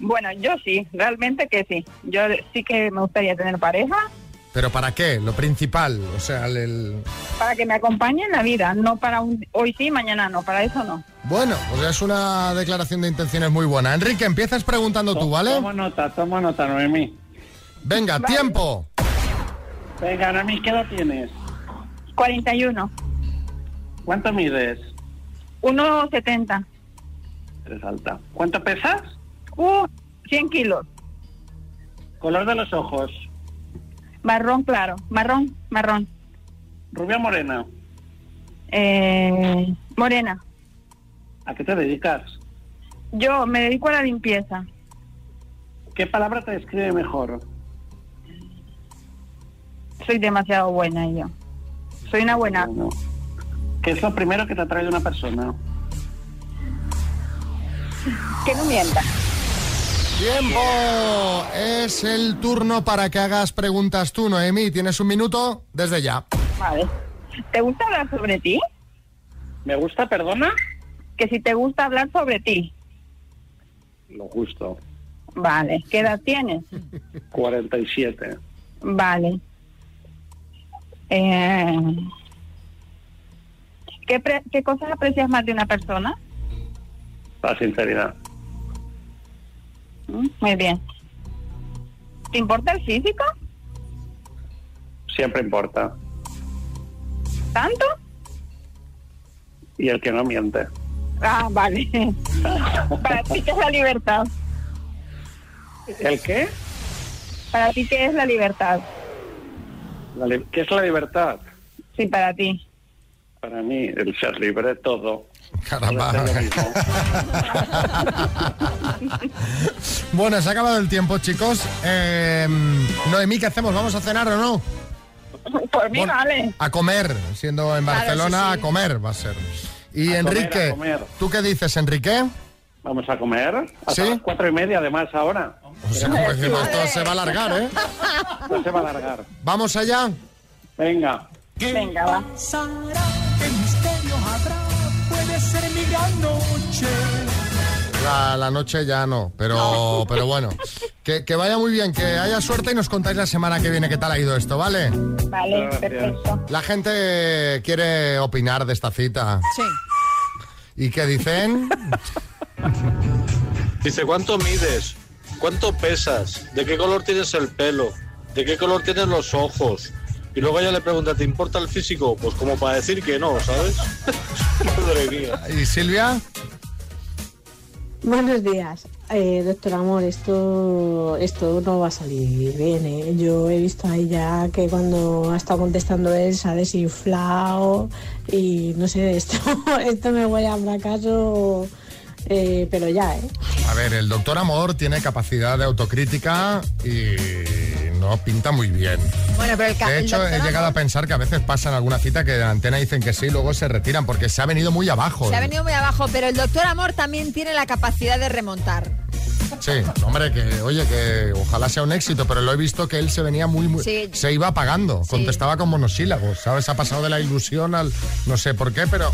[SPEAKER 23] Bueno, yo sí, realmente que sí. Yo sí que me gustaría tener pareja
[SPEAKER 1] ¿Pero para qué? Lo principal, o sea, el- el...
[SPEAKER 23] para que me acompañe en la vida, no para un hoy sí, mañana no, para eso no.
[SPEAKER 1] Bueno, pues es una declaración de intenciones muy buena. Enrique, empiezas preguntando tú, ¿vale? Toma
[SPEAKER 23] nota, toma nota, Noemí.
[SPEAKER 1] Venga, tiempo.
[SPEAKER 23] Venga, Nami, ¿qué edad tienes? 41.
[SPEAKER 12] ¿Cuánto mides?
[SPEAKER 23] 1,70.
[SPEAKER 12] Eres alta. ¿Cuánto pesas?
[SPEAKER 23] Uh, 100 kilos.
[SPEAKER 12] Color de los ojos.
[SPEAKER 23] Marrón claro, marrón, marrón.
[SPEAKER 12] Rubia o morena.
[SPEAKER 23] Eh, morena.
[SPEAKER 12] ¿A qué te dedicas?
[SPEAKER 23] Yo me dedico a la limpieza.
[SPEAKER 12] ¿Qué palabra te describe mejor?
[SPEAKER 23] soy demasiado buena yo. Soy una buena.
[SPEAKER 3] ¿Qué es lo primero que te atrae de una persona?
[SPEAKER 23] Que no mienta.
[SPEAKER 1] ¡Tiempo! Es el turno para que hagas preguntas tú, Noemí. Tienes un minuto desde ya.
[SPEAKER 23] Vale. ¿Te gusta hablar sobre ti?
[SPEAKER 3] ¿Me gusta, perdona?
[SPEAKER 23] Que si te gusta hablar sobre ti.
[SPEAKER 3] Lo justo.
[SPEAKER 23] Vale. ¿Qué edad tienes?
[SPEAKER 3] 47.
[SPEAKER 23] Vale. Eh, ¿qué, pre- ¿Qué cosas aprecias más de una persona?
[SPEAKER 3] La sinceridad.
[SPEAKER 23] Mm, Muy bien. ¿Te importa el físico?
[SPEAKER 3] Siempre importa.
[SPEAKER 23] ¿Tanto?
[SPEAKER 3] Y el que no miente.
[SPEAKER 23] Ah, vale. Para ti, ¿qué es la libertad?
[SPEAKER 3] ¿El qué?
[SPEAKER 23] Para ti, ¿qué es la libertad?
[SPEAKER 3] La li- ¿Qué es la libertad?
[SPEAKER 23] Sí, para ti.
[SPEAKER 3] Para mí, el ser libre de todo.
[SPEAKER 1] Caramba.
[SPEAKER 3] Hacer lo mismo.
[SPEAKER 1] *laughs* Bueno, se ha acabado el tiempo, chicos. Eh, Noemí, ¿qué hacemos? ¿Vamos a cenar o no?
[SPEAKER 3] Pues
[SPEAKER 23] Por mí,
[SPEAKER 1] Bueno,
[SPEAKER 23] vale.
[SPEAKER 1] A comer, siendo en
[SPEAKER 23] Claro,
[SPEAKER 1] Barcelona,
[SPEAKER 23] sí, sí.
[SPEAKER 1] a comer va a ser. Y
[SPEAKER 3] A comer,
[SPEAKER 1] Enrique,
[SPEAKER 3] a comer.
[SPEAKER 1] ¿tú qué dices, Enrique?
[SPEAKER 3] Vamos a comer. Hasta
[SPEAKER 1] ¿Sí?
[SPEAKER 3] las cuatro y media, además, ahora.
[SPEAKER 1] sea, como decimos, esto se va a alargar, ¿eh?
[SPEAKER 3] Esto se va a alargar.
[SPEAKER 1] ¿Vamos allá?
[SPEAKER 3] Venga.
[SPEAKER 23] Venga, va.
[SPEAKER 5] ¿Qué misterio habrá? Puede ser mi gran noche.
[SPEAKER 1] La, la noche ya no, pero, *laughs* pero bueno. Que, que vaya muy bien, que haya suerte y nos contáis la semana que viene qué tal ha ido esto, ¿vale?
[SPEAKER 23] Vale,
[SPEAKER 3] Ah,
[SPEAKER 23] perfecto.
[SPEAKER 1] La gente quiere opinar de esta cita.
[SPEAKER 23] Sí.
[SPEAKER 1] ¿Y qué dicen?
[SPEAKER 7] Dice, ¿cuánto mides? ¿Cuánto pesas? ¿De qué color tienes el pelo? ¿De qué color tienes los ojos? Y luego ella le pregunta, ¿te importa el físico? Pues como para decir que no, ¿sabes? *laughs* Madre mía.
[SPEAKER 1] ¿Y Silvia?
[SPEAKER 24] Buenos días, Eh, doctor Amor, esto, esto no va a salir bien. ¿eh? Yo he visto a ella que cuando ha estado contestando él se ha desinflado y no sé, *laughs* esto, esto me huele a fracaso, eh, pero ya, ¿eh?
[SPEAKER 1] A ver, el doctor Amor tiene capacidad de autocrítica y no pinta muy bien.
[SPEAKER 2] Bueno, pero el ca-
[SPEAKER 1] De
[SPEAKER 2] el
[SPEAKER 1] hecho, he
[SPEAKER 2] doctor
[SPEAKER 1] llegado a pensar que a veces pasan alguna cita que de antena dicen que sí, luego se retiran porque se ha venido muy abajo.
[SPEAKER 2] Se ha venido muy abajo, pero el doctor Amor también tiene la capacidad de remontar.
[SPEAKER 1] Sí, hombre, que oye, que ojalá sea un éxito, pero lo he visto que él se venía muy, muy
[SPEAKER 2] Sí.
[SPEAKER 1] se iba apagando, contestaba con monosílabos, ¿sabes? Ha pasado de la ilusión al no sé por qué, pero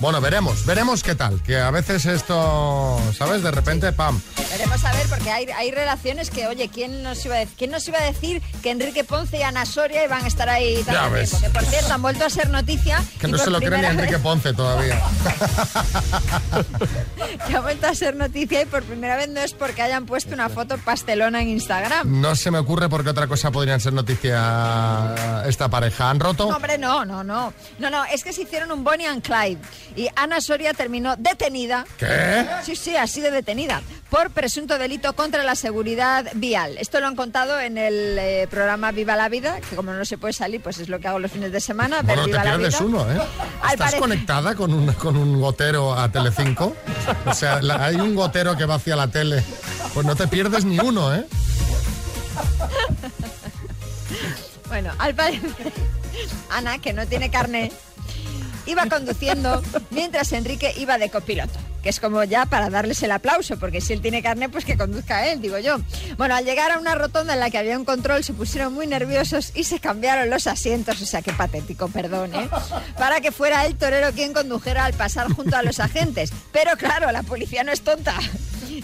[SPEAKER 1] bueno, veremos, veremos qué tal, que a veces esto, ¿sabes? De repente, pam.
[SPEAKER 2] Veremos a ver, porque hay, hay relaciones que, oye, ¿quién nos, iba a dec- ¿quién nos iba a decir que Enrique Ponce y Ana Soria iban a estar ahí
[SPEAKER 1] Ya
[SPEAKER 2] tanto
[SPEAKER 1] ves.
[SPEAKER 2] tiempo? Que, por cierto, han vuelto a ser noticia.
[SPEAKER 1] Que
[SPEAKER 2] y
[SPEAKER 1] no
[SPEAKER 2] por
[SPEAKER 1] se lo cree ni
[SPEAKER 2] primera
[SPEAKER 1] Enrique
[SPEAKER 2] vez-
[SPEAKER 1] Ponce todavía.
[SPEAKER 2] *laughs* que ha vuelto a ser noticia y por primera vez no es porque hayan puesto una foto pastelona en Instagram.
[SPEAKER 1] No se me ocurre por qué otra cosa podrían ser noticia esta pareja. ¿Han roto?
[SPEAKER 2] No, hombre, no, no, no. No, no, es que se hicieron un Bonnie and Clyde y Ana Soria terminó detenida.
[SPEAKER 1] ¿Qué?
[SPEAKER 2] Sí, sí, ha sido detenida por presunto delito contra la seguridad vial. Esto lo han contado en el eh, programa Viva la Vida, que como no se puede salir, pues es lo que hago los fines de semana. ver
[SPEAKER 1] Bueno, te
[SPEAKER 2] Viva la
[SPEAKER 1] pierdes
[SPEAKER 2] Vida.
[SPEAKER 1] uno, ¿eh?
[SPEAKER 2] *laughs* Al
[SPEAKER 1] ¿Estás
[SPEAKER 2] parecer-
[SPEAKER 1] conectada con un, con un gotero a Telecinco? O sea, la- hay un gotero que va hacia la tele. Pues no te pierdes ni uno, ¿eh?
[SPEAKER 2] Bueno, al parecer, *laughs* Ana, que no tiene carne, iba conduciendo mientras Enrique iba de copiloto. Que es como ya para darles el aplauso, porque si él tiene carne, pues que conduzca él, digo yo. Bueno, al llegar a una rotonda en la que había un control, se pusieron muy nerviosos y se cambiaron los asientos, o sea, qué patético, perdón, ¿eh? Para que fuera el torero quien condujera al pasar junto a los agentes. Pero claro, la policía no es tonta.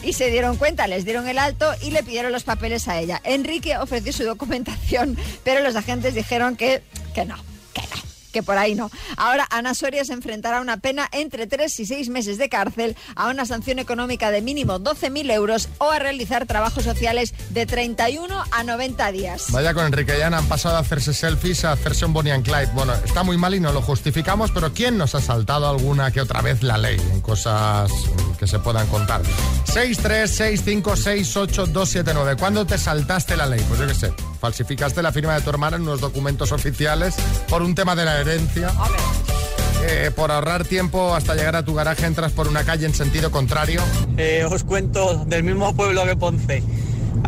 [SPEAKER 2] Y se dieron cuenta, les dieron el alto y le pidieron los papeles a ella. Enrique ofreció su documentación, pero los agentes dijeron que, que no, que no, que por ahí no. Ahora Ana Soria se enfrentará a una pena entre 3 y 6 meses de cárcel, a una sanción económica de mínimo 12.000 euros o a realizar trabajos sociales de 31 a 90 días.
[SPEAKER 1] Vaya con Enrique y Ana, han pasado a hacerse selfies a hacerse un Bonnie and Clyde. Bueno, está muy mal y no lo justificamos, pero ¿quién nos ha saltado alguna que otra vez la ley en cosas mm, que se puedan contar? 636568279. ¿Cuándo te saltaste la ley? Pues yo qué sé, falsificaste la firma de tu hermana en unos documentos oficiales por un tema de la herencia. Eh, por ahorrar tiempo hasta llegar a tu garaje entras por una calle en sentido contrario.
[SPEAKER 25] Eh, os cuento del mismo pueblo que Ponce.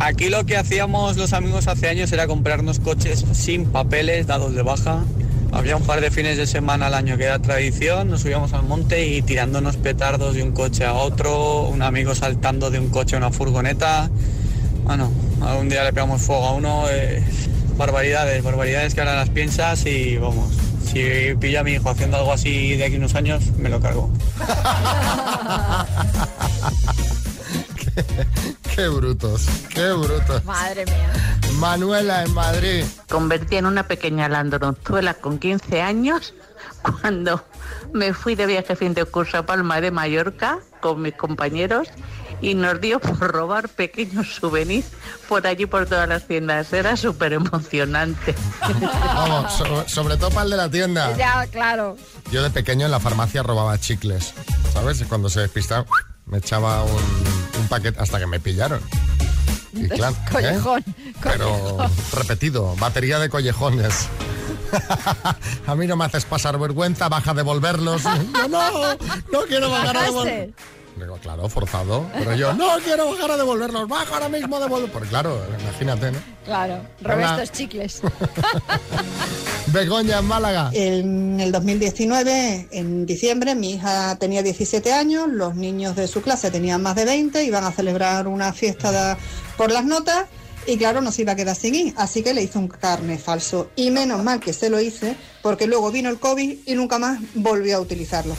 [SPEAKER 4] Aquí lo que hacíamos los amigos hace años era comprarnos coches sin papeles, dados de baja. Había un par de fines de semana al año que era tradición, nos subíamos al monte y tirándonos petardos de un coche a otro, un amigo saltando de un coche a una furgoneta. Bueno, algún día le pegamos fuego a uno. eh, barbaridades, barbaridades que ahora las piensas y vamos. Si pillo a mi hijo haciendo algo así de aquí unos años, me lo cargo.
[SPEAKER 1] Qué brutos, qué brutos.
[SPEAKER 2] Madre mía.
[SPEAKER 1] Manuela en Madrid.
[SPEAKER 8] Convertí en una pequeña landronzuela con 15 años cuando me fui de viaje fin de curso a Palma de Mallorca con mis compañeros y nos dio por robar pequeños souvenirs por allí por todas las tiendas. Era súper emocionante.
[SPEAKER 1] Vamos, so- sobre todo para el de la tienda.
[SPEAKER 2] Ya, claro.
[SPEAKER 1] Yo de pequeño en la farmacia robaba chicles, ¿sabes? Y cuando se despistaba, me echaba un, un paquete hasta que me pillaron. Y claro, ¿eh?
[SPEAKER 2] Collejón.
[SPEAKER 1] Pero repetido, batería de collejones. *laughs* a mí no me haces pasar vergüenza, baja a devolverlos. No, no, no quiero bajar a devolverlos. Digo, claro, forzado. Pero yo, no quiero bajar a devolverlos, bajo ahora mismo a devolverlos. Porque claro, imagínate, ¿no?
[SPEAKER 2] Claro, robé
[SPEAKER 1] Hola.
[SPEAKER 2] estos chicles.
[SPEAKER 1] Begoña en Málaga.
[SPEAKER 23] Eh.
[SPEAKER 10] En el 2019, en diciembre, mi hija tenía 17 años, los niños de su clase tenían más de 20, iban a celebrar una fiesta da- por las notas y claro, nos iba a quedar sin ir, así que le hice un carne falso. Y menos mal que se lo hice, porque luego vino el COVID y nunca más volvió a utilizarlo.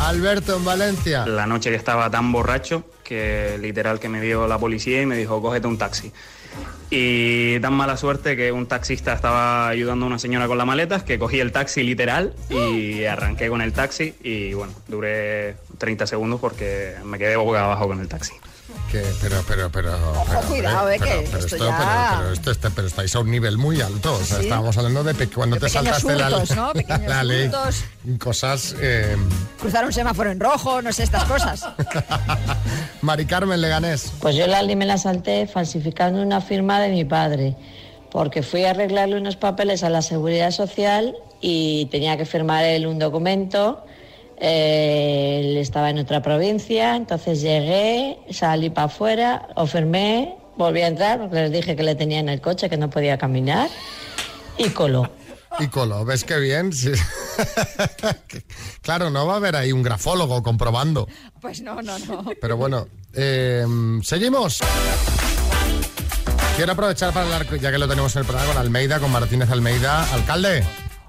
[SPEAKER 1] Alberto en Valencia.
[SPEAKER 13] La noche que estaba tan borracho que literal que me vio la policía y me dijo, cógete un taxi. Y tan mala suerte que un taxista estaba ayudando a una señora con las maletas, que cogí el taxi literal y arranqué con el taxi y bueno, duré 30 segundos porque me quedé boca abajo con el taxi.
[SPEAKER 1] Que, pero, pero, pero. pero,
[SPEAKER 2] cuidado, eh, que
[SPEAKER 1] pero
[SPEAKER 2] esto
[SPEAKER 1] esto,
[SPEAKER 2] ya-
[SPEAKER 1] pero, pero esto está- pero estáis a un nivel muy alto. O sea,
[SPEAKER 2] Sí.
[SPEAKER 1] estábamos hablando de pe- cuando te
[SPEAKER 2] pequeños
[SPEAKER 1] saltaste la-
[SPEAKER 2] hurtos,
[SPEAKER 1] *laughs*
[SPEAKER 2] ¿no?
[SPEAKER 1] la,
[SPEAKER 2] Pequeños
[SPEAKER 1] ley.
[SPEAKER 2] hurtos.
[SPEAKER 1] Cosas. eh,
[SPEAKER 2] Cruzar un semáforo en rojo, no sé, estas cosas.
[SPEAKER 1] Mari Carmen Leganés.
[SPEAKER 25] Pues yo la ley me la salté falsificando una firma de mi padre, porque fui a arreglarle unos papeles a la seguridad social y tenía que firmar él un documento. Eh, Él estaba en otra provincia, entonces llegué, salí para afuera, o firmé, volví a entrar porque les dije que le tenía en el coche, que no podía caminar, y coló.
[SPEAKER 1] Y Colo, ¿ves qué bien? *laughs* Sí. claro, no va a haber ahí un grafólogo comprobando.
[SPEAKER 2] Pues no, no, no.
[SPEAKER 1] Pero bueno, eh, seguimos. Quiero aprovechar para hablar, ya que lo tenemos en el programa, con Almeida, con Martínez Almeida. Alcalde.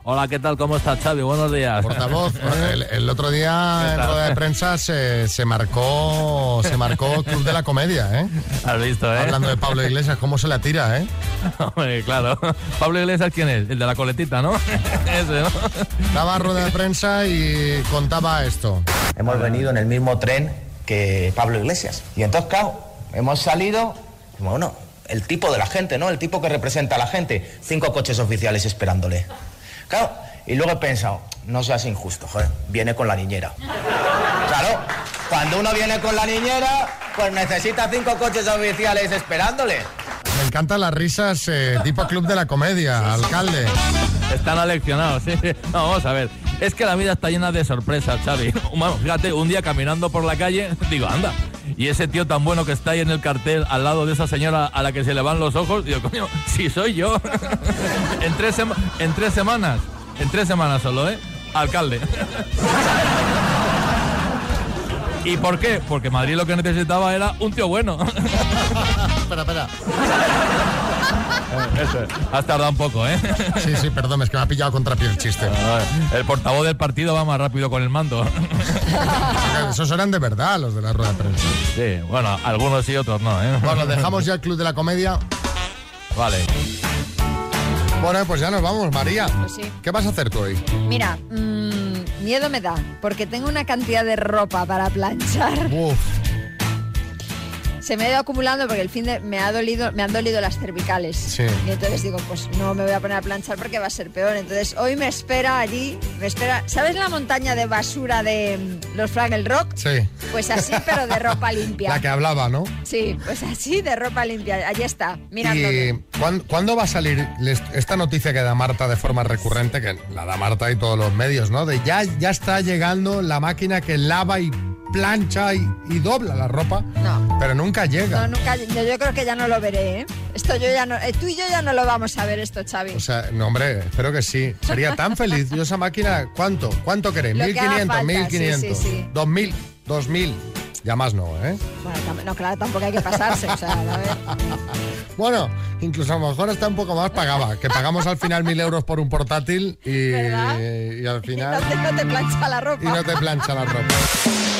[SPEAKER 16] Hola, ¿qué tal? ¿Cómo estás, Xavi? Buenos días. *laughs*
[SPEAKER 1] *laughs* Portavoz, el, el otro día en rueda de prensa se, se marcó se marcó Club de la Comedia, ¿eh?
[SPEAKER 16] Has visto, ¿eh?
[SPEAKER 1] Hablando de Pablo Iglesias, cómo se la tira, ¿eh?
[SPEAKER 16] *laughs* Hombre, claro. Pablo Iglesias, ¿quién es? El de la coletita, ¿no? *laughs* Ese, ¿no?
[SPEAKER 1] Daba rueda de prensa y contaba esto.
[SPEAKER 9] Hemos venido en el mismo tren que Pablo Iglesias. Y entonces, claro, hemos salido, bueno, el tipo de la gente, ¿no? El tipo que representa a la gente. Cinco coches oficiales esperándole. Claro, y luego he pensado, no seas injusto, joder, viene con la niñera. Claro, cuando uno viene con la niñera, pues necesita cinco coches oficiales esperándole.
[SPEAKER 1] Me encantan las risas eh, tipo Club de la Comedia, alcalde.
[SPEAKER 16] Están aleccionados, sí. No, vamos a ver. Es que la vida está llena de sorpresas, Xavi. Bueno, fíjate, un día caminando por la calle, *laughs* digo, anda. Y ese tío tan bueno que está ahí en el cartel al lado de esa señora a la que se le van los ojos, digo, coño, *laughs* si soy yo. en, tres sema- en tres semanas, en tres semanas solo, ¿eh? Alcalde. *laughs* ¿Y por qué? Porque Madrid lo que necesitaba era un tío bueno. *laughs*
[SPEAKER 1] espera, espera.
[SPEAKER 16] Eso es. Has tardado un poco, ¿eh? *laughs*
[SPEAKER 1] Sí, sí, perdón, es que me ha pillado contra pie el chiste.
[SPEAKER 16] El portavoz del partido va más rápido con el mando. *laughs*
[SPEAKER 1] Esos eran de verdad los de la rueda de prensa.
[SPEAKER 16] Sí, bueno, algunos sí, otros no, ¿eh?
[SPEAKER 1] Bueno, dejamos ya el Club de la Comedia.
[SPEAKER 16] Vale.
[SPEAKER 1] Bueno, pues ya nos vamos, María.
[SPEAKER 2] Pues sí.
[SPEAKER 1] ¿Qué vas a hacer tú hoy?
[SPEAKER 2] Mira, mm, miedo me da, porque tengo una cantidad de ropa para planchar.
[SPEAKER 1] Uf.
[SPEAKER 2] Se me ha ido acumulando porque el fin de me ha dolido, me han dolido las cervicales.
[SPEAKER 1] Sí.
[SPEAKER 2] Y entonces digo, pues no me voy a poner a planchar porque va a ser peor. Entonces hoy me espera allí, me espera. ¿Sabes la montaña de basura de mm, los Fraggle Rock?
[SPEAKER 1] Sí. *laughs*
[SPEAKER 2] Pues así, pero de ropa limpia.
[SPEAKER 1] La que hablaba, ¿no?
[SPEAKER 2] Sí, pues así de ropa limpia. Allí está, mirándome.
[SPEAKER 1] ¿Y ¿cuán- cuándo va a salir les- esta noticia que da Marta de forma recurrente, que la da Marta y todos los medios, ¿no? De ya, ya está llegando la máquina que lava y plancha y, y dobla la ropa, pero nunca llega.
[SPEAKER 2] No, nunca, yo, yo creo que ya no lo veré, ¿eh? Esto yo ya no, eh, tú y yo ya no lo vamos a ver esto, Xavi.
[SPEAKER 1] O sea, no, hombre, espero que sí. Sería tan feliz. Yo esa máquina, ¿cuánto? ¿Cuánto queréis?
[SPEAKER 2] Lo que haga
[SPEAKER 1] 1500,
[SPEAKER 2] falta,
[SPEAKER 1] 1500,
[SPEAKER 2] sí, sí, sí.
[SPEAKER 1] 2000, 2000. Ya más no, ¿eh?
[SPEAKER 2] Bueno, tam- no, claro, tampoco hay que pasarse, o sea, a ver.
[SPEAKER 1] Bueno, incluso a lo mejor hasta un poco más pagaba. Que pagamos al final mil euros por un portátil y, y al final.
[SPEAKER 2] *laughs* No te plancha la ropa.
[SPEAKER 1] Y no te plancha la ropa.